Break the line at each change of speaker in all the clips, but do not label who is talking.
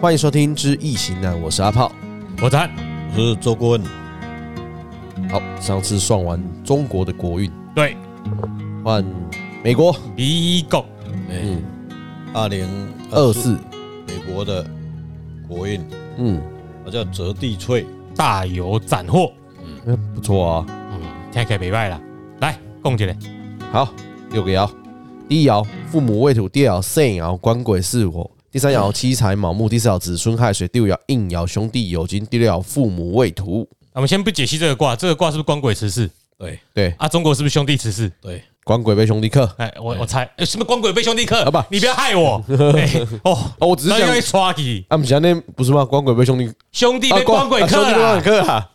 欢迎收听《之异形男》，我是阿炮。
我谈
我是周顾问，
好，上次算完中国的国运，
对
换美国，
B 狗
嗯，
嗯，
二零
二四，
美国的国运，
嗯，
我叫折地翠，
大有斩获，
呃不错啊。
嗯，现在可以没拜了，来供起来，
好，六个爻，第一爻父母未土，第二爻肾爻官鬼巳火，第三
嗯
爻七财卯木，第四爻子孙亥水，第五爻应爻兄弟酉金，第六爻父母未土。
我们先不解析这个卦，这个卦是不是官鬼十四
对
对，
啊？中国是不是兄弟十四？
对，
官鬼被兄弟克。
哎，我我猜，哎，什么官鬼被兄弟克？
啊不
你不要害 我哎哦
哦，我只是
那
讲
因，为刷起
啊，不是那不是吗？官鬼被兄弟
兄弟
啊
被官鬼
啊兄
克
弟被官鬼
了，
克 啊，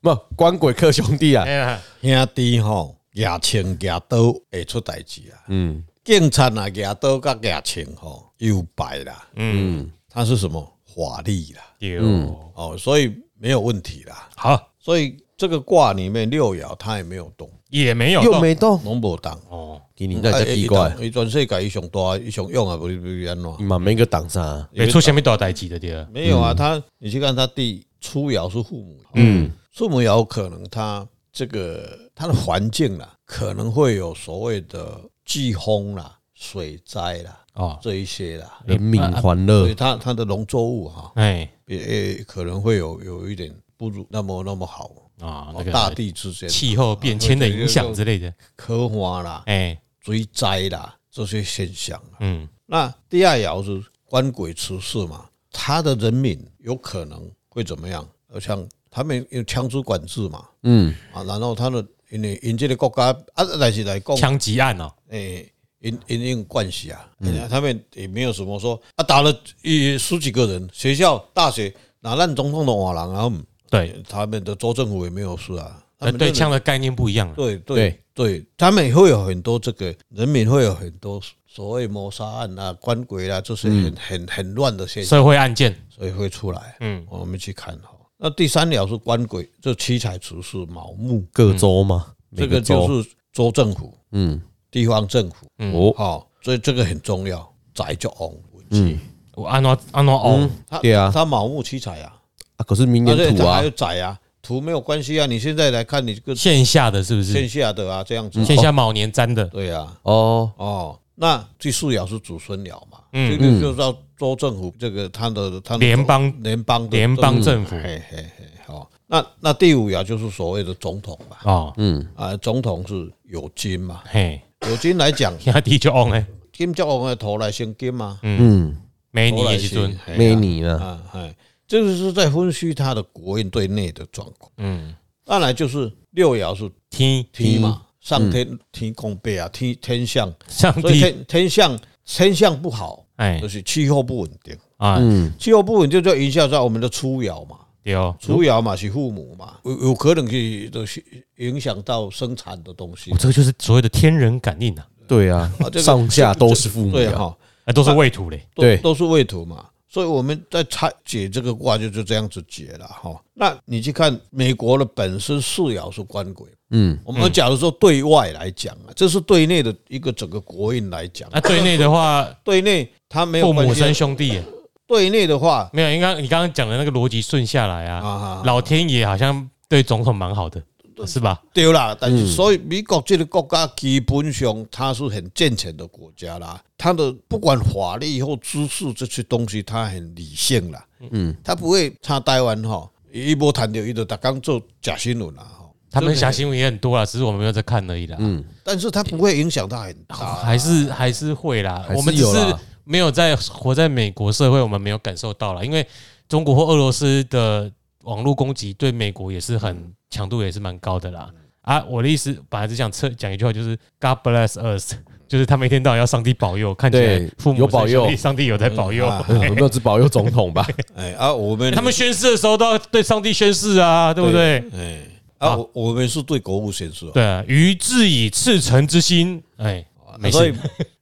不，官鬼克兄弟啊
哎，呀，
兄弟吼，牙枪牙刀会出代志啊，
嗯。
警察啊，牙刀甲牙枪吼，又摆啦，
嗯，
它是什么法律啦，
嗯
有
哦，所以没有问题啦，
好
所以这个卦里面六爻它也没有动，
也没有
又
动
没动，
拢无动，哎
哦，
给你那才奇怪，
伊全世界伊上大，伊上用啊，不不安怎？
你嘛没个挡啥？
没出现没多大代志的对了，
没有啊，他你去看他第初爻是父母，嗯，父母爻可能他这个他的环境啦，可能会有所谓的季风啦、水灾啦
哦，
这一些啦，
人民欢
所
乐
以，他他的农作物哈、
哎
也也可能会有有一点不如那么那么好，
啊，
哦
那个
大地之间
气候变迁的影响之类的，
刻花啦、
哎，
水灾啦这些现象啦。
嗯，
那第二爻是官鬼出事嘛，他的人民有可能会怎么样？呃，像他们有枪支管制嘛，
嗯，
啊，然后他的因为因这个国家啊，但是来讲，
枪击案哦，诶
诶，因因应关系啊，
嗯
他们也没有什么说啊，打了一十几个人，学校、大学哪烂总统的瓦郎啊，嗯
对，
他们的州政府也没有事啊，他
呃
们
对
真的
枪的概念不一样啊了，
对对对，他们会有很多这个人民会有很多所谓谋杀案啊、官鬼啊，这些很、很很乱的现象，
社会案件，
所以会出来。哦
嗯，
我们去看哈。那第三爻是官鬼，这七彩除是卯木，
各州嘛，
这
每
个
州，
就是州政府、
嗯，
地方政府，
哦，
哦，所以这个很重要。宅就旺，
嗯，
我安诺安诺哦，
他
对啊
他卯木七彩啊，
啊，可是明
而且
年土
他
啊
还有，宅啊，土没有关系啊。你现在来看，你这个
线下的是不
线
是？
下的啊，这样子，
线下卯年粘的，
对啊，
哦，
哦，那第四爻是祖孙爻嘛，
嗯
这个就是要州政府这个他的他的
联邦
联邦的
联邦政府
嘿嘿嘿，好，那那第五爻就是所谓的总统嘛，
哦，
嗯，
啊，总统是有金嘛，
嘿，
有金来讲，
兄弟就 on 哎，
金叫我们头来先金嘛，
嗯，
每
头
年
来
也是尊，
先
没你呢，
啊，哎，这个是在分析他的国运对内的状况，
嗯，
当然就是六爻是
天
天嘛，上天天公伯啊，天天象，
上
所以
帝，
天天象天象不好，
哎
就是气候不稳定。
啊，
嗯，
气候不稳定就影响到我们的初爻嘛，
对哦，
初爻嘛是父母嘛，有有可能去就是影响到生产的东西
我，这个就是所谓的天人感应啊，
对啊
啊这，个
上下都是父母
对
啊，
哈，
哎，都是未土嘞，
都
对
都是未土嘛，所以我们在拆解这个卦就就这样子解了哈。那你去看美国的本身四爻是官鬼，
嗯，
我们假如说对外来讲啊，这是对内的一个整个国运来讲，
啊，对内的 话，
对内它没有
父母
关系啊
生，兄弟耶，
对内的话
没有，应该你刚刚讲的那个逻辑顺下来
啊
啊，
啊，
老天爷好像对总统蛮好的，是吧？
对啦，但
嗯
是所以美国这个国家基本上它是很健全的国家啦，它的不管法律或知识这些东西，它很理性啦，嗯，它不会差台湾吼，伊无谈到伊就逐工做假新闻啦吼，
他们假新闻也很多啊啦，只是我们没有在看而已啦。嗯，
但是它不会影响它很大，
还是还是会啦，
还是
啊我们只
有
是
啦
没有在活在美国社会，我们没有感受到啦，因为中国或俄罗斯的网络攻击对美国也是很强度，也是蛮高的啦。啊，我的意思本来只想测讲一句话，就是 God bless us，就是他们一天到晚要上帝保佑，看起来
对
父母
有保佑
兄弟上帝有在保佑。
嗯啊
我们要只保佑总统吧，
哎啊，我们
他们宣誓的时候都要对上帝宣誓啊，对不对？
哎啊，我我们是对国务宣誓哦，
对啊，于自以赤诚之心，哎，没
啊所
事
以，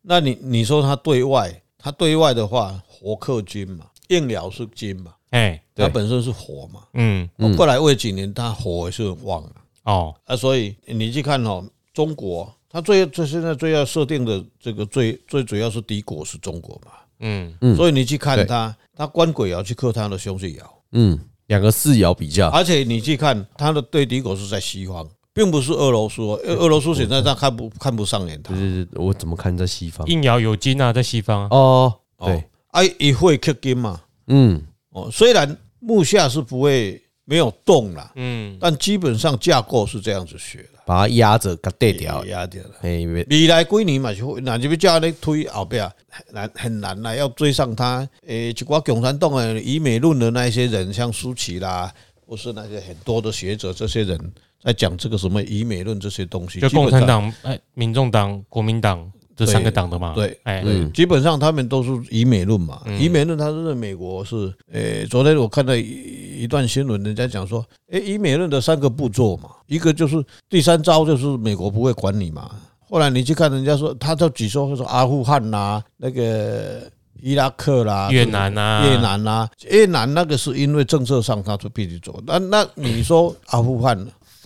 那你你说他对外，他对外的话，火克金嘛，应爻是金嘛，
哎，
它
对
本身是火嘛。
嗯，
嗯
过来为几年，它火也是很旺啊。
哦，
啊，所以你去看哦，中国它最最现在最要设定的这个最最主要是敌国是中国嘛，
嗯，
嗯
所以你去看
对
它，它官鬼爻去克它的凶势爻，
嗯，两个四爻比较，
而且你去看它的对敌国是在西方，并不是俄罗斯哦，俄俄罗斯现在上看不看不上眼它
就，是我怎么看在西方？
应爻有金啊，在西方啊，
哦，
哦
对，，
啊，也会克金嘛，
嗯，
哦，虽然木下是不会没有动啦，
嗯，
但基本上架构是这样子学的，
把它压着，给对掉，
压掉了。
哎，别
未来几年嘛是会，那这要叫你推后边很难很难啦，要追上他。诶、一寡共产党诶以美论的那一些人，像舒淇啦，或是那些很多的学者，这些人在讲这个什么以美论这些东西，
就
基本
共
上
产党、哎，民众党、国民党这三个党的嘛，
对
哎，
对，基本上他们都是以美论嘛，
嗯
以美论他认为美国是，诶、昨天我看到一一段新闻，人家讲说，诶、以美论的三个步骤嘛，一个就是第三招就是美国不会管你嘛，后来你去看人家说，他都举说说阿富汗啦、啊那个伊拉克啦、
越南啊，
越，南啦、越南那个是因为政策上他就必须走，那那你说阿富汗，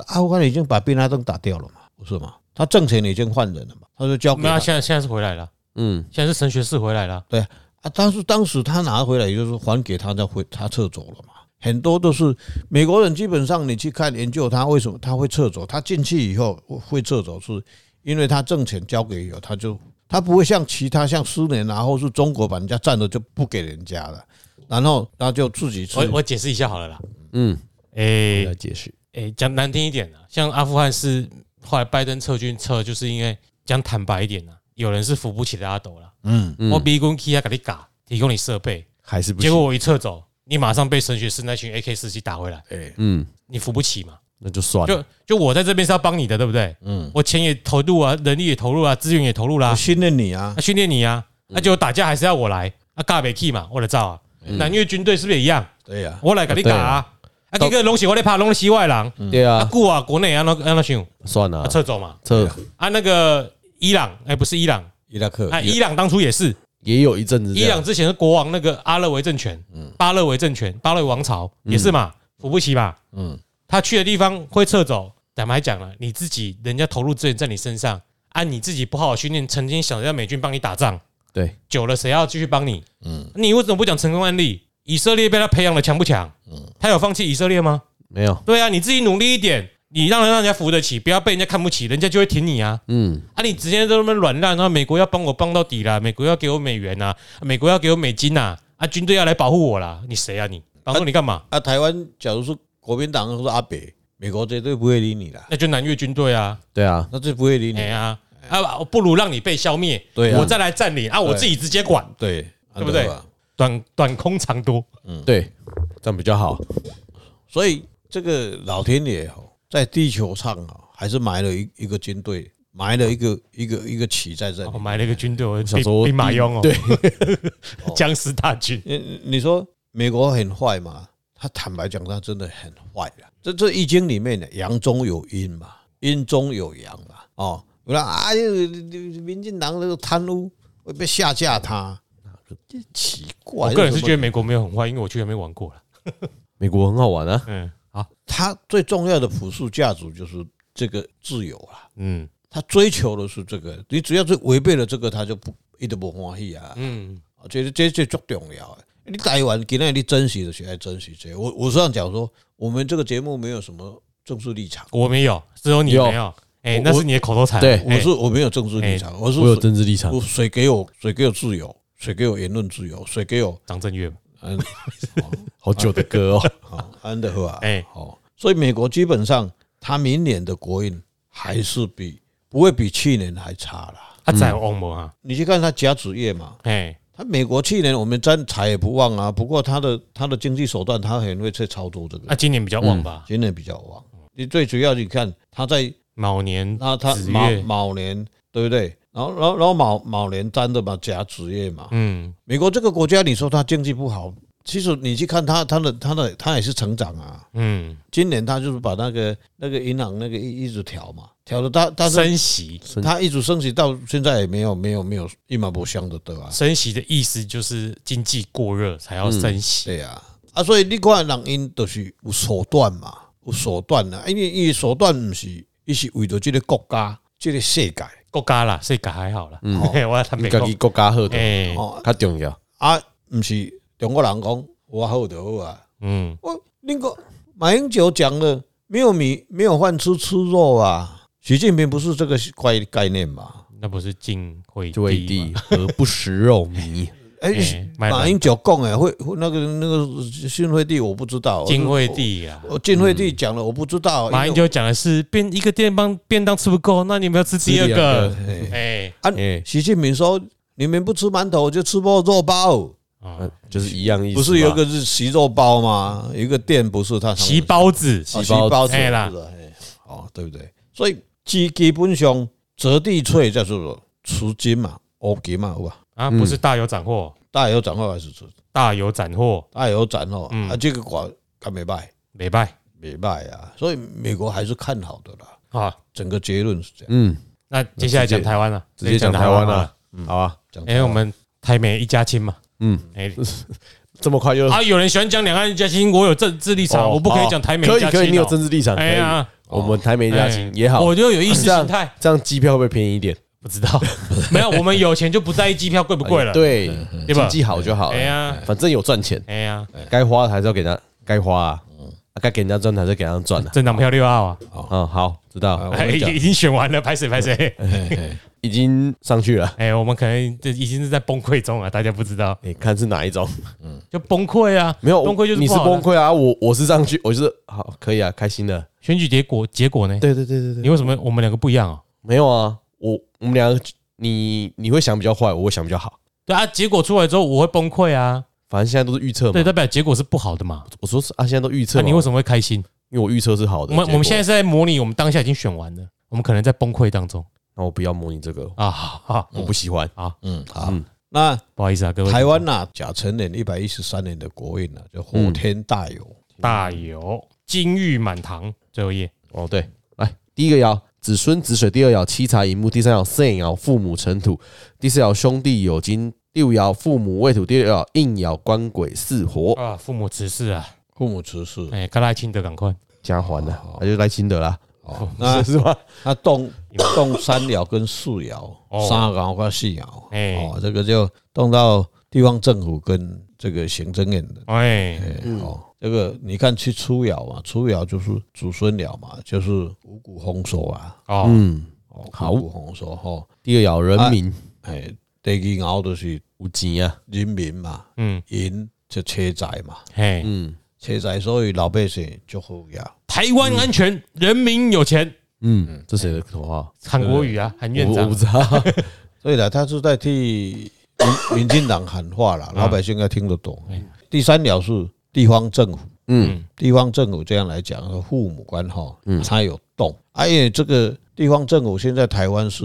阿富汗已经把宾拉登打掉了嘛，不是吗？他政权已经换人了嘛，他就交给
没有啊，
他
现在现在是回来了，
嗯，
现在是神学士回来了，
啊，但是当时他拿回来，也就是还给他，再回他撤走了嘛。很多都是美国人，基本上你去看研究他为什么他会撤走，他进去以后会撤走，是因为他政权交给有，他就他不会像其他像苏联啊，或是中国把人家占了就不给人家了，然后他就自己去
我我解释一下好了啦，
嗯，
哎
来解释，
哎，讲难听一点啊，像阿富汗是后来拜登撤军撤，就是因为讲坦白一点啊，有人是扶不起的阿斗啦，
嗯，
嗯
我逼公 K 啊给你嘎，提供你设备，
还是不
结
行
果，我一撤走，你马上被神学士那群 AK 四七打回来，
哎，
嗯，
你扶不起嘛？
那就算了，
就就我在这边是要帮你的，对不对？
嗯，
我钱也投入啊，人力也投入啊，资源也投入啦、
我
啊，
信任你啊，
训练你啊，那、就打架还是要我来啊，尬北 key 嘛，我的照啊。南越军队是不是也一样？
对呀、
我来给你打啊，啊，这个龙喜我在怕龙西外狼，
对
啊，
啊，
顾啊，国内啊，那那想
算了
啊，，撤走嘛，
这
啊，那个伊朗，哎，不是伊朗，
伊拉克
啊，伊朗当初也是，啊
也有一阵子这
伊
样，
朗之前是国王那个阿勒维政权，巴勒维政权，巴勒维王朝也是嘛，扶不起嘛，
嗯，
他去的地方会撤走。坦白讲了，你自己人家投入资源在你身上，啊，你自己不好好训练，曾经想着让美军帮你打仗，
对，
久了谁要继续帮你？嗯，你为什么不讲成功案例？以色列被他培养的强不强？嗯，他有放弃以色列吗？
没有，
对啊，你自己努力一点，你让人让人家扶得起，不要被人家看不起，人家就会挺你啊。
嗯，
啊，你直接在那边软烂，然啊后美国要帮我帮到底啦，美国要给我美元呐、啊，美国要给我美金呐、啊，啊，军队要来保护我啦，你谁啊你？帮助你干嘛？
啊，台湾假如是国民党或是阿北，美国绝对不会理你啦，
那就南越军队啊，
对啊，
那就不会理你
哎，呀、啊，啊，我不如让你被消灭，
嗯对啊
我再来占领啊，我自己直接管，
对，
对不对
吧
短短空长多，
对，这样比较好，
所以这个老天爷哦，在地球上啊，还是埋了一一个军队，埋了一个一个一个旗在这里
我。哦买了一个军队，我
想说
兵兵马俑哦，
对，
僵尸大军，
你你你说美国很坏嘛？他坦白讲，他真的很坏了。这这易经里面的阳中有阴嘛，阴中有阳嘛。哦，我说啊，这个民进党这个贪污，我被下架他，这奇怪。
我个人是觉得
得
美国没有很坏，因为我去还没玩过了，
美国很好玩啊，
嗯，好，
他最重要的普世价值就是这个自由啦。
嗯
他追求的是这个，你只要是违背了这个，他就不一直不欢喜啊。
嗯，
这这这最重要的。你台湾今天你珍惜的是爱珍惜这个我我是这样讲说，我们这个节目没有什么政治立场，
我没有，只有你
有
没有，哎，
我
那是你的口头禅，
对
哎
我是我没有政治立场，我是
哎我有政治立场
嗯
我，谁给我谁给我自由，谁给我言论自由，谁给我
张震岳，
嗯
好久的歌 哦，
好安德和啊，
哎
好，所以美国基本上他明年的国运还是比不会比去年还差啦。
他在欧盟啊，
你去看他甲子业嘛，
哎，
他美国去年我们真财也不旺啊，不过他的他的经济手段他很会去操作这
那
个，
啊今年比较旺吧，
今年比较旺。你最主要你看他在
卯年
那他
子
卯
月，
卯年对不对？然后然后然后卯卯年沾的嘛甲子业嘛，
嗯，
美国这个国家你说它经济不好，其实你去看它它的它的它也是成长啊。
嗯，
今年它就是把那个那个银行那个一一直调嘛，调的它它是
升息，
它一直升息到现在也没有没有没有一毛不香的对啊吧？
升息的意思就是经济过热才要升息。
对啊，啊，所以你看人因都是有手段嘛，有手段啊，因为伊手段毋是，伊是为着即个国家、即、个世界
国家啦，世界还好啦，
嗯
嘿我坦白
你家己
讲，
国家好的，
哎，
哦。
较重要，
啊，毋是中国人讲我好就好啊。
嗯，
我那个马英九讲了，没有米没有饭吃，吃肉啊。习近平不是这个概概念嘛？
那不是晋惠
就为
帝
地
吗，
何不食肉糜？
哎、
哎买
马英九讲哎，会会那个那个新惠帝我不知道，
晋惠帝啊。
我晋惠帝讲了我不知道，
马英
哦因
九
为
讲的是便一个便当便当吃不够，那你们要吃第二
吃第二
个
个。
哎，
啊
哎，
习近平说你们不吃馒头我就吃包肉包，
呃
啊，
就是一样意思嘛。
不是有一个是席肉包吗？有一个店不是他常
席包子，
哦
席包
席包子
哎啦
是的，哎哦对不对？所以基基本上折地翠叫做除金嘛，乌金嘛，好吧？
啊，不是大有斩获，
大有斩获还是出，
大有斩获，
大有斩获
嗯
啊，这个quả干没败，
没败
没败啊，所以美国还是看好的啦。
啊。
整个结论是这样。
嗯，
那接下来讲
直接
台湾嗯了，
直接讲台湾
好
了
了，
好啊，
讲
因为哎我们台美一家亲嘛。
嗯，
哎，
这么快就
啊，有人喜欢讲两岸一家亲，我有政治立场，
哦
我不可以讲台美
可
一
以
家亲哦。
可以，你有政治立场可
哎
以。
呀，
我们台媒家亲
哎
也好，
我就有意识
这样
形态，
这样机票会不会便宜一点？
不知道，没有，我们有钱就不在意机票贵不贵了，
对，
对
经
吧？
济好就好
哎
了，
呀，
反正有赚钱，
哎呀，
该花的还是要给他，该花啊，
嗯
啊该给人家赚的还是给人家赚的。
政党票六号啊，
嗯，好，知道，
我们讲
哎已经选完了，拍谁拍谁。
已经上去了。
哎，我们可能这已经是在崩溃中啊，大家不知道，
你看是哪一种？
就崩溃啊，
没有
崩溃就是
你是
不好的
崩溃啊，我我是上去，我就是好可以啊，开心的。
选举结果结果呢？
对对对对对，
你为什么我们两个不一样哦？
没有啊，我我们两个你你会想比较坏，我会想比较好，
对啊，结果出来之后我会崩溃啊，
反正现在都是预测嘛
对，。代表结果是不好的嘛。
我说是啊，现在都预测
那
嘛，
你为什么会开心？
因为我预测是好的结
我
果。
们我们现在是在模拟我们当下已经选完了，我们可能在崩溃当中
那我不要模拟这个，
啊。好好
我不喜欢。
嗯好
嗯，
那
不好意思啊，各位，
台湾呐，甲辰年一百一十三年的国运呐，就
嗯
火天大有，
大有金玉满堂，最后一页。
哦，对，来第一个爻子孙子水，第二爻妻财寅木，第三爻肾爻父母成土，第四爻兄弟有金，第五爻父母未土，第六爻应爻官鬼巳
哦
火，
啊，父母慈事啊，
父母慈事，
哎，该来亲的赶快，
加还了，那就来金德啦，
哦，
是
那
是吧？
那动动三爻跟四爻
哦，
三爻和四爻，
哎
哦，这个就动到地方政府跟这个行政院的，
哎，
嗯
哎哦，这个你看去初爻嘛，初爻就是祖孙爻嘛，就是五谷丰收啊，
哦，
嗯，
哦，
好
五谷丰收哈，
第二爻人民
哎，第二爻就是
无钱啊，
人民嘛，
嗯，
银就车载嘛。
嘿，
嗯
车仔所以老百姓就啊好呀。
台湾安全，人民有钱，
嗯，这谁的口号？
韩国语啊，韩院
我我
长
不，知道，
所以呢，他是在替民民进党喊话
啊
啦，老百姓应该听得懂。
哎
第三条是地方政府，
嗯
地方政府这样来讲，父母官哈，
嗯
他有动。哎，因为这个地方政府现在台湾是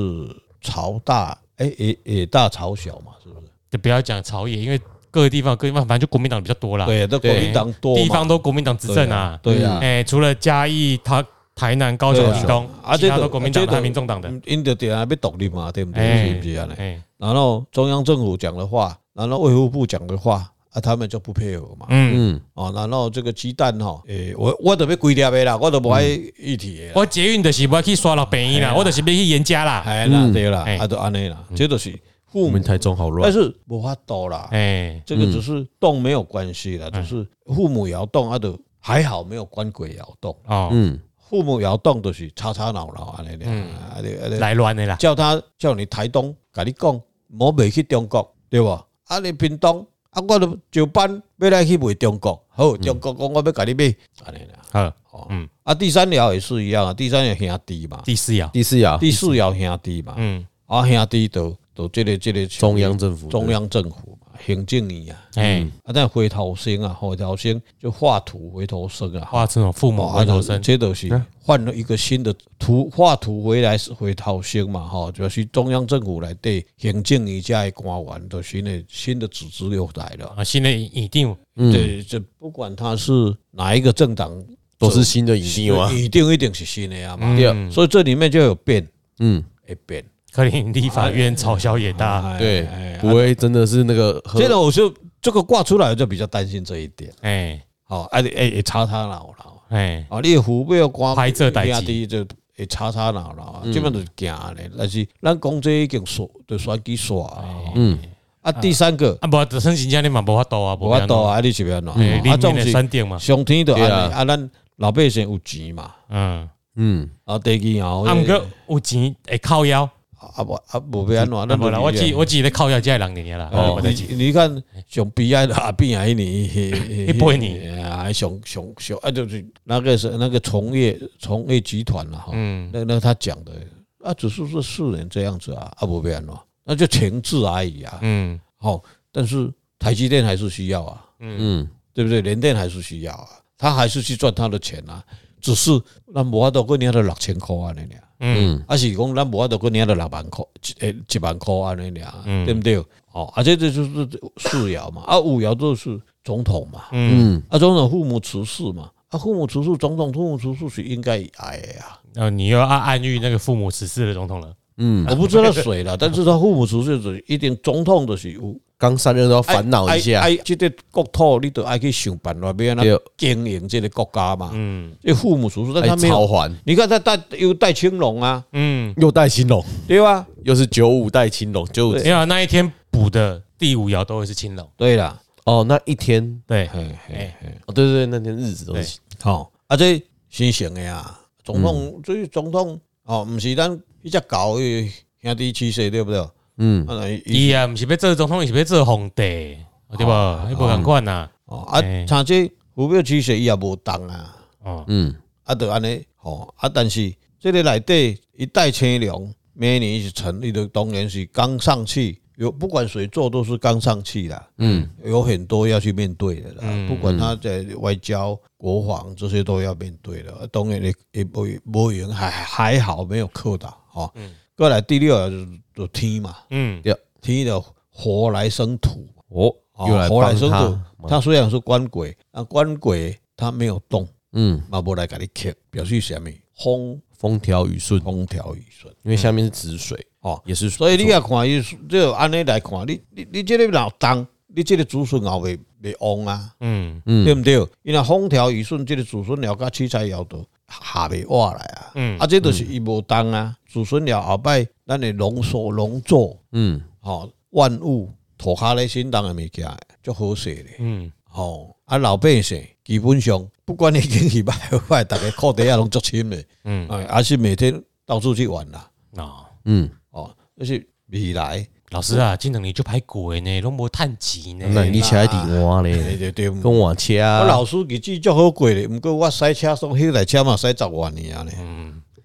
朝大，哎也也大朝小嘛，是不是？
就不要讲朝野，因为各个地方各地方反正就国民党比较多啦，
对，这国民党多嘛
啊地方都国民党执政啊，
对呀、啊。
哎，除了嘉义、台台南、高雄、
对啊
屏东，
啊
其他
这
都
个
国民党
这个
和民众党的，
因着点啊，要独立嘛，对不对？
哎
是不是啊？呢？
哎，
然后中央政府讲的话，然后卫福部讲的话，啊，他们就不配合嘛。
嗯，
嗯，
哦，然后这个鸡蛋哈，诶、我我都要规粒的啦，我都不爱一体的啦，
我捷运的是不要去刷老便宜啦，我的是要去严家啦，
哎、啦，对啦，
哎
啊，都安尼啦，这都是
我
父母
们，台中好
嗯
乱，
但是无法度啦，
哎，
这个只是动没有关系啦，只是父母摇动，啊，都还好没有官鬼摇动，
哦，
嗯，
父母摇动都是吵吵闹闹安尼的，啊，你啊你
来乱的啦，
叫他叫你台东，甲你讲，莫袂去中国，对无？啊，你屏东，啊，我都上班要来去卖中国，好，中国讲我要甲你买，安尼啦。
好，
哦，
嗯
啊，第三爻也是一样啊，第三爻兄弟嘛，
第四爻，哦
哦第四爻
第四爻兄弟嘛，
嗯，
啊，兄弟都都这个这个
中央政府，
中央政府嘛，行政院啊，
哎，
啊，但回头生啊，回头生就画图回头生啊，
哇，这种哦父母回
啊
头生，
这都是换了一个新的图画图回来是回头生嘛，哈，就是中央政府来对行政一家的官员，都新的新的组织又来了，
啊，新的一定
嗯
对，这不管他是哪一个政党，
都是新的引定啊，
一定一定是新的啊嘛，
第二
嗯
所以这里面就有变，
嗯，
会变。
可能立法院嘲笑也大，
哎
对
哎，
不会真的是那个喝
这个我就这个挂出来，我就比较担心这一点。
哎
哦，哎哎，会吵吵闹闹，
哎，
啊，你的父母要官
拍这代志嗯
第一就会吵吵闹闹，基本就是惊的。但是咱讲这已经刷，就选举刷啊，
嗯，
啊，第三个
哎啊，无直升机家你嘛无法度啊，
我
法
到，啊，你是要安怎
哎，
样？
你
啊，
总
总
是
是
三点嘛，
上天就安
对
尼
啊
啊，咱老百哦姓有钱嘛，
嗯，
嗯，
啊，第二
啊，毋
哦，
过有钱会靠腰，
啊无啊无要安怎，
啊
咱
无
就
啦，我
是
只我只咧靠腰才人年啦，
哦
我
你
在记，
你看上悲哀的阿扁啊，一年，一
八年
啊，上上上啊，就是那个是那个从业从业集团了哈，
嗯，
那那他讲的啊，只是说世人这样子啊，啊不变了，那就情志而已啊，
嗯
好，但是台积电还是需要啊，
嗯，
对不对？联电还是需要啊，他还是去赚他的钱啊，只是咱无法度过领到六千块安尼尔。
嗯
啊是讲咱无法度过领到六万箍，一诶一万箍安尼俩，对不对？哦，啊这这就是四爻嘛，啊五爻就是总统嘛，
嗯，
啊总统父母辞世嘛，啊父母辞世，总统父母辞世是应该爱的啊，
然后哦你又要暗喻那个父母十四的总统了，
嗯
我不知道谁啦，但是他父母辞世就是一定总统就是有
刚上任都要烦恼一下，
哎，这个国土你都爱去想办法，要安
对
怎经营这个国家嘛，
嗯
这父母辞世，但
哎
他，没
超
有，
还
你看他带又带青龙啊，
嗯，
又带青龙，
对吧？
又是九五带青龙，九五
没有那一天补的第五爻都会是青龙，
对啦，
哦，那一天，
对，
嘿嘿
哎
嘿。
哦，对对对，那天日子都是
吼、啊，这新型的啊，总统，这总统，哦，毋是咱迄只狗的兄弟七世对不对？啊，
嗯，
伊
伊啊毋是要做总统，伊是要做皇帝，对无？迄无共款呐，
哦，啊
哎，
像这虎标七世伊也无动啊，
哦，
嗯
啊，就安尼，吼，啊，但是这个内底一代青龙，每年是成立的，当然是刚上去，有不管谁做都是刚上去啦，
嗯，
有很多要去面对的啦，
嗯
不管他在外交、国防这些都要面对的。啊当然也也不不赢，还还好没有扣到哦。过来第六个就是就天嘛，
嗯
天的火来生土，
哦，
哦
又来
火来
帮
生
他
土。，他虽然是官鬼，啊官鬼他没有动，
嗯，
嘛无来给你克，表示什么？风
风调雨顺，
风调雨顺
因为下面是止水，
哦。
也是水，
所以你也看伊，就安尼来看，你你你这个老当，你这个子孙也袂袂旺啊。
嗯
对毋对？因为风调雨顺，即个子孙了甲七彩爻都下袂活来啊。
嗯
啊，这都是伊无当啊。子孙了后摆，咱会浓缩浓做，
嗯
吼、哦万物涂骹咧新当的物件，足好势咧。
嗯
吼、啊，老百姓基本上不管你经济歹不歹，逐个靠底啊下拢足深的，
嗯，
哎，还是每天到处去玩啦。
哦，
嗯，
哦，就是未来，
老师啊，今两年就歹过的呢，拢无趁钱呢，
那你起来顶我嘞，
对对对。
跟嗯我切
我
啊，
老师日子足好过咧，毋过我驶车送迄台车嘛，驶十外年啊咧。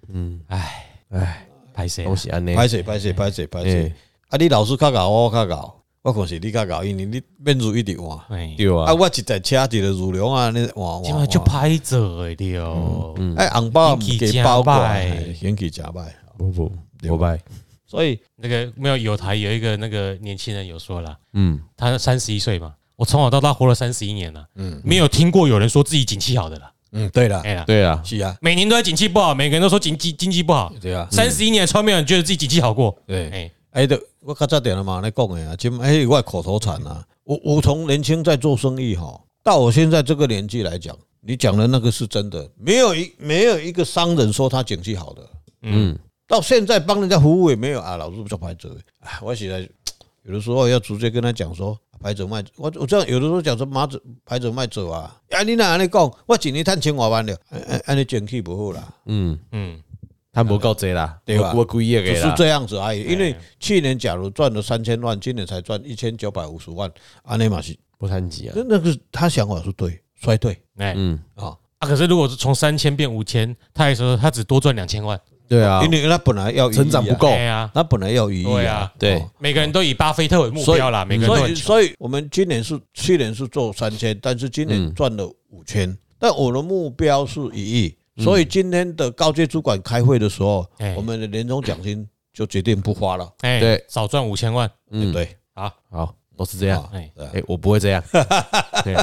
嗯，
哎哎，
歹势啊
东西安内，
歹势歹势
嗯
歹势歹势
哎，，
啊，你老师较贤，我较贤，我看是你较贤，因为你免如一直换。
哎，
对
啊，
啊，
我一台车一个如龙啊，你换
今晚就
换换。
歹做诶对哦，
嗯
哎，红包毋
运气
给
真
包过
歹
来，引起假歹。
不不，我拜，
所以
那个没有有台有一个那个年轻人有说啦，
嗯，
他三十一岁嘛，我从小到大活了三十一年了，嗯，没有听过有人说自己景气好的啦，
嗯，对啦，
哎呀，
对啊，
是啊，
每年都在景气不好，每个人都说经济经济不好，
对啊，
三十一年从来没有人觉得自己景气好过，
对。
哎，
哎，对，我较早点了嘛，你讲的啊，今哎，我的口头禅啊，我我从年轻在做生意哈，到我现在这个年纪来讲，你讲的那个是真的，没有一没有一个商人说他景气好的。
嗯
到现在帮人家服务也没有啊，老师不叫牌子啊，我起来有的时候要直接跟他讲说牌子卖，我我这样有的时候讲说麻子牌子卖走啊，啊你哪安尼讲，我一年赚千外万了，安安安尼景气不好啦，
嗯，
嗯
他不够贼啦，
对吧
我贵也
只
给
是
啦，
这样子而已。因为去年假如赚了三千万，今年才赚一千九百五十万，安尼嘛是，
不贪急啊
那，那个他想法是对，衰退
哎
嗯，
啊，
啊，可是如果是从三千变五千，他也说他只多赚两千万，
对啊
因，为他本来要一亿啊
成长不够
哎呀，
他本来要一亿
对
啊
啊，
对
哦
每个人都以巴菲特为目标啦，每个人都
嗯所以，
很穷，
所以我们今年是去年是做三千，但是今
嗯
年赚了五千、但我的目标是一亿，
嗯
所以今天的高阶主管开会的时候，
哎
我们的年终奖金就决定不发了，
哎，
对
少赚五千万，
对不
嗯，
对？
好，
好，都是这样
啊，
哎，
哎，我不会这样，对，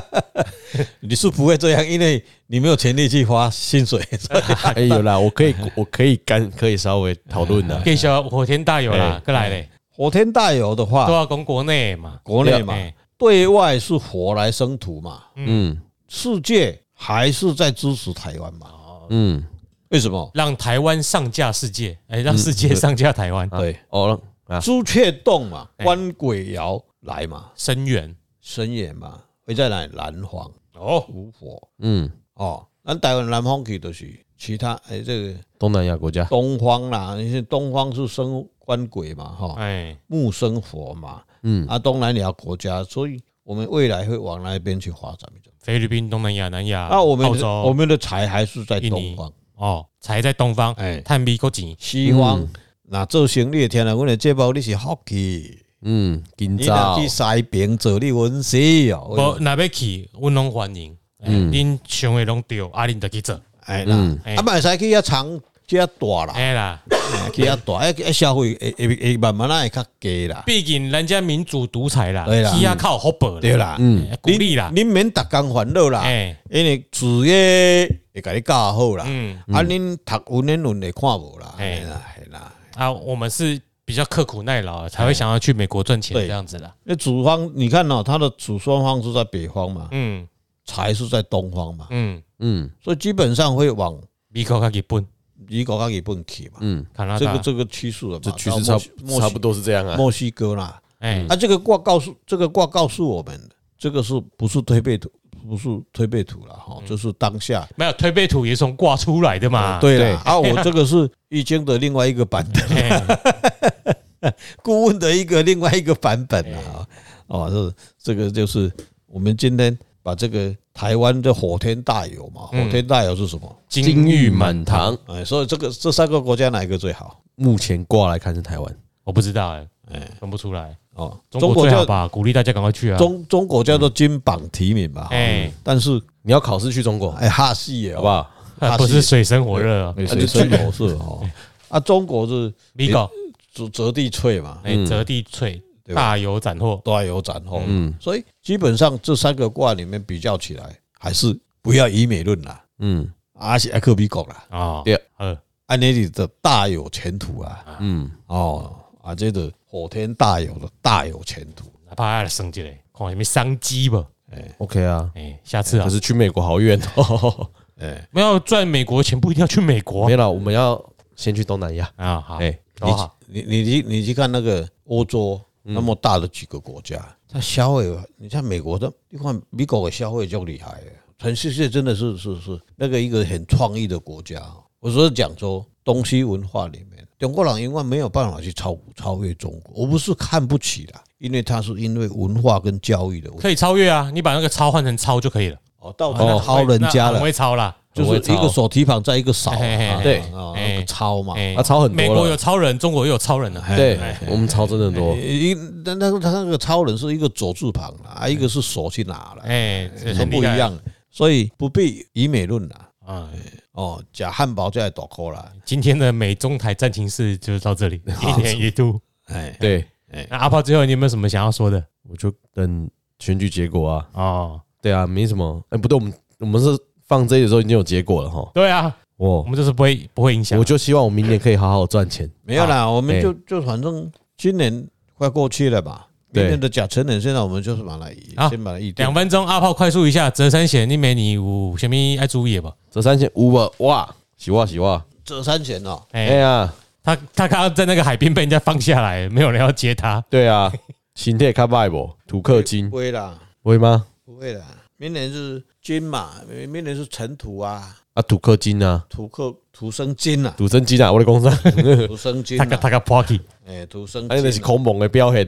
你是不会这样，因为你没有权利去发薪水。所以
哎，有啦，我 可以，我可以干，可以稍微讨论
哎
的，
给小哦火天大有啦
哎，
过来嘞，
火天大有的
都
话，
要供国内嘛，
哎国内嘛，
哎
对外是火来生土嘛，
嗯
世界还是在支持台湾嘛？
嗯，
为什么？嗯
让台湾上架世界，哎，让世界上架台湾，
对，
哦，让啊
朱雀洞嘛，
哎
官鬼窑来嘛，
深远
神也嘛，会在哪里？南方
哦，
无火
嗯，
哦，咱台湾南方去就是其他哎、这个
东南亚国家，
东方啦，因为东方是生官鬼嘛，哈、
哎，
木生火嘛，
嗯
啊，东南亚国家，所以我们未来会往那边去发展。
菲律宾、东南亚、南亚，
那啊我们
啊澳
的我
洲
们的财还是在
印尼
东方，
哦，才在东方，
哎，
探秘够紧，
西方那做生意的听了，我的这包你是福气，
嗯，今
你若
早
去西边做你温西
我
哦，
那边去，我拢欢迎。嗯，恁想的拢对，啊，恁就去做，
哎啦，
哎
啊，买使去遐长去遐大啦，
哎啦，
哎去遐大，哎，消费会会会慢慢啊会较低啦，
毕竟人家民主独裁啦，
对啦
去啊靠福报
对
啦，
啦，
嗯
哎鼓励啦，
恁免逐工烦恼啦，
哎，
因为主业会甲你教好啦，
嗯，
啊，恁读文言文会看无啦，
哎
哎啦，哎啦。
啊，我们是比较刻苦耐劳，才会想要去美国赚钱
哎对
这样子啦，
那主方，你看哦，他的主双方是在北方嘛，
嗯
财是在东方嘛，
嗯，
嗯
所以基本上会往
美国跟日本、
美国跟日本去嘛。
嗯，
加拿
这个
大，
这个趋势了嘛，
这趋
到
势差
墨西
差不多是这样啊。
墨西哥啦。
哎，
啊，这个卦告诉这个卦告诉我们的，这个是不是推背图？不是推背图了哈，就是当下。
没有推背图也是从卦出来的嘛，
对
对
了啊，我这个是易经的另外一个版本，
哎，
顾问的一个另外一个版本啊。哦，这这个就是我们今天把这个台湾的火天大有嘛，火
嗯
天大有是什么？
金玉满堂，
哎，所以这个这三个国家哪一个最好？
目前挂来看是台湾，
我不知道哎，
哎，
分不出来。
哦，
中
国
国最好
叫
吧，鼓励大家赶快去啊！
中中国叫做金榜题名吧，
哎
但是
你要考试去中国，好
哎哈西也
不
吧，
哦好？
哈
不
西
是水深火热啊，
也
啊就是
中国是哦，啊中国是
米狗
折折地翠嘛，
哎
嗯
折地翠
对吧
大有斩获，
都还有斩后，
嗯
所以基本上这三个卦里面比较起来，还是不要以美论啦，
嗯
阿是阿克比狗啦，
哦，
对，
呃，
安尼里的大有前途啊，
嗯，
哦啊这个火天大有的大有前途，
哪怕来升级嘞，看有没有商机吧？
OK 啊。
哎，下次啊
可，是去美国好远哦，
哎，
没有赚美国钱不一定要去美国
没了，我们要先去东南亚。
啊，好，
哎，
搞好，
你你去你去看那个欧洲
嗯
那么大的几个国家，它消费，你像美国的，你看美国的消费就厉害耶，全世界真的是是是那个一个很创意的国家哦。我说讲说东西文化里面，中国人永远没有办法去超超越中国。我不是看不起啦，因为它是因为文化跟教育的问题
可以超越啊！你把那个超换成超就可以了，
哦，到
那
处抄人家
那很
了，
会超啦，
就
很会
是
抄
一个手提膀在一个扫啊，
嘿嘿嘿
对
啊，
哎
那个抄嘛，
哎
啊超很多了
美国有超人，中国也有超人啊，
哎
对
哎
我们超真的多，
一那那个他那个超人是一个左字旁啦，啊，一个是手去拿了，
哎，这
说
很
不一
厉害
样，所以不必以美论啦。
啊！
哦，假汉堡在倒扣啦，
今天的美中台战情室就到这里，一年一度。
哎，
对，
那阿炮最后你有没有什么想要说的？
我就等选举结果啊。
哦，
对啊，没什么。哎，不对，我们我们是放这里的时候已经有结果了哈。
对啊，我
我
们就是不会不会影响。
我就希望我明年可以好好赚钱。
没有啦，我
哎
们就就反正今年快过去了吧，
对
明年的甲辰年现在我们就是把它移
好
先把它一
两分钟，阿炮快速一下，折三险你没你有什么爱注意的吧？
这三千五啊，哇，喜哇喜哇！
折三弦哦，
哎、
哎呀，
他他刚刚在那个海边被人家放下来， 没有人要接他。
对啊， 心态卡拜不？土克金
不会啦，
会吗？
不会啦，明年是金嘛，明明年是尘土啊，
啊，土克金啊，
土克土生金啊，
土生金啊，我的工伤，
土生金
他个
啊，
他个 party，
哎，土生
啊，那是
金
恐猛的表现，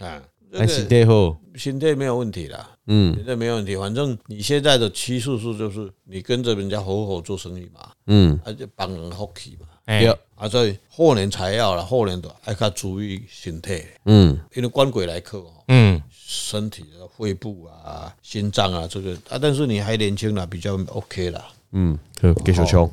啊啊，这
啊，心
个
态好，
心态没有问题啦。
嗯
现在没问题，反正你现在的趋势是就是你跟着人家合伙做生意嘛，
嗯，
啊就帮人福气嘛，
哎、
对，
啊所以后年才要了，后年都爱较注意身体，
嗯
因为官鬼来克哦，
嗯，
身体的肺部啊、心脏啊这个啊，但是你还年轻啦，比较 OK 啦，
嗯，好，继续冲，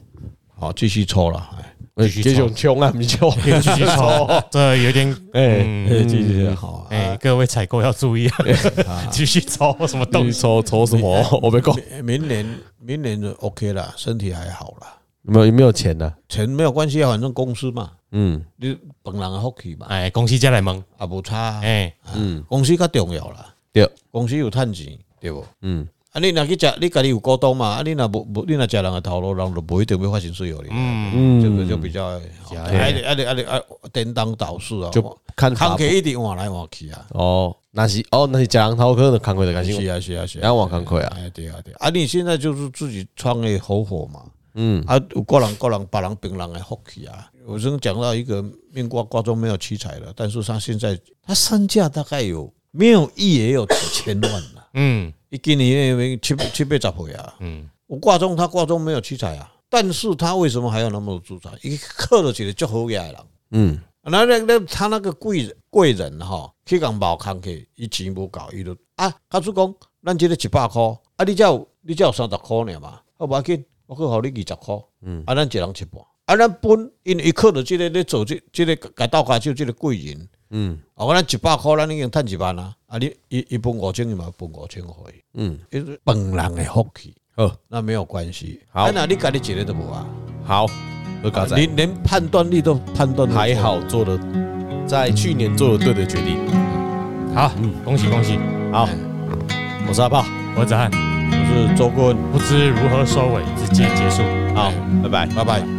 好继续抽啦，哎
哎
继续
继
冲
续冲啊，不是冲，
可以继续抽，这有点
哎
嗯
继续
嗯好啊，
哎、各位采购要注意啊，继续抽什么东
你
西？
抽抽什么？我没讲，
明哎明年明年就 OK 啦，身体还好啦，
有没有有没有钱呢、
钱没有关系啊，反正公司嘛，
嗯
你本人的福气嘛，
哎、恭喜家来蒙，
也无差啊，
哎、
嗯，
公司较重要啦，
对，
公司有趁钱对不？
嗯，
啊，你若去食，你家己有股东嘛？啊，你若无无，你若食人的头路，人就无一定会发生水有你。
嗯，
嗯，
这个就比较啊，啊你啊你啊你啊，颠当倒势啊，
就看法
康客一直换来换去啊。
哦，那是哦，那是假人头壳的工课的感
是
情，
啊是啊是啊
然，后往工课啊，
哎对啊对啊，啊你现在就是自己创业合伙嘛，
嗯，
啊有个人个人把人别人来福气啊。我曾讲到一个命卦卦中没有七彩的，但是他现在他身价大概有没有亿也有几千万了、
嗯
一今年也七七八十岁啊，
嗯，
我挂钟他挂钟没有七彩啊，但是他为什么还有那么多资产？一刻了起来就好雅了。
嗯，
那那那他那个贵人贵人哈，去讲无空去，伊钱无够，伊就啊，他主讲咱这个一百箍，啊，你才有你才有三十箍尔嘛，好无要紧，我去互你二十箍，嗯，啊，咱一人一半，啊，咱本因为伊靠着即个咧做即即个甲斗家手即个贵人，
嗯，
啊，我咱一百箍，咱已经趁一万啊，啊，你伊伊分五千伊嘛，分五千互伊，
嗯，
伊是本人的福气，
好，
那没有关系，
好
啊，那你家己一个都无啊，
好，我搞
你连判断力都判断得
还
错
好做的，在去年做了对的决定。
好，恭喜恭喜，
好，我是阿炮，
我子涵
我是周棍，
不知如何收尾，直接结束。
好，拜拜。
拜拜。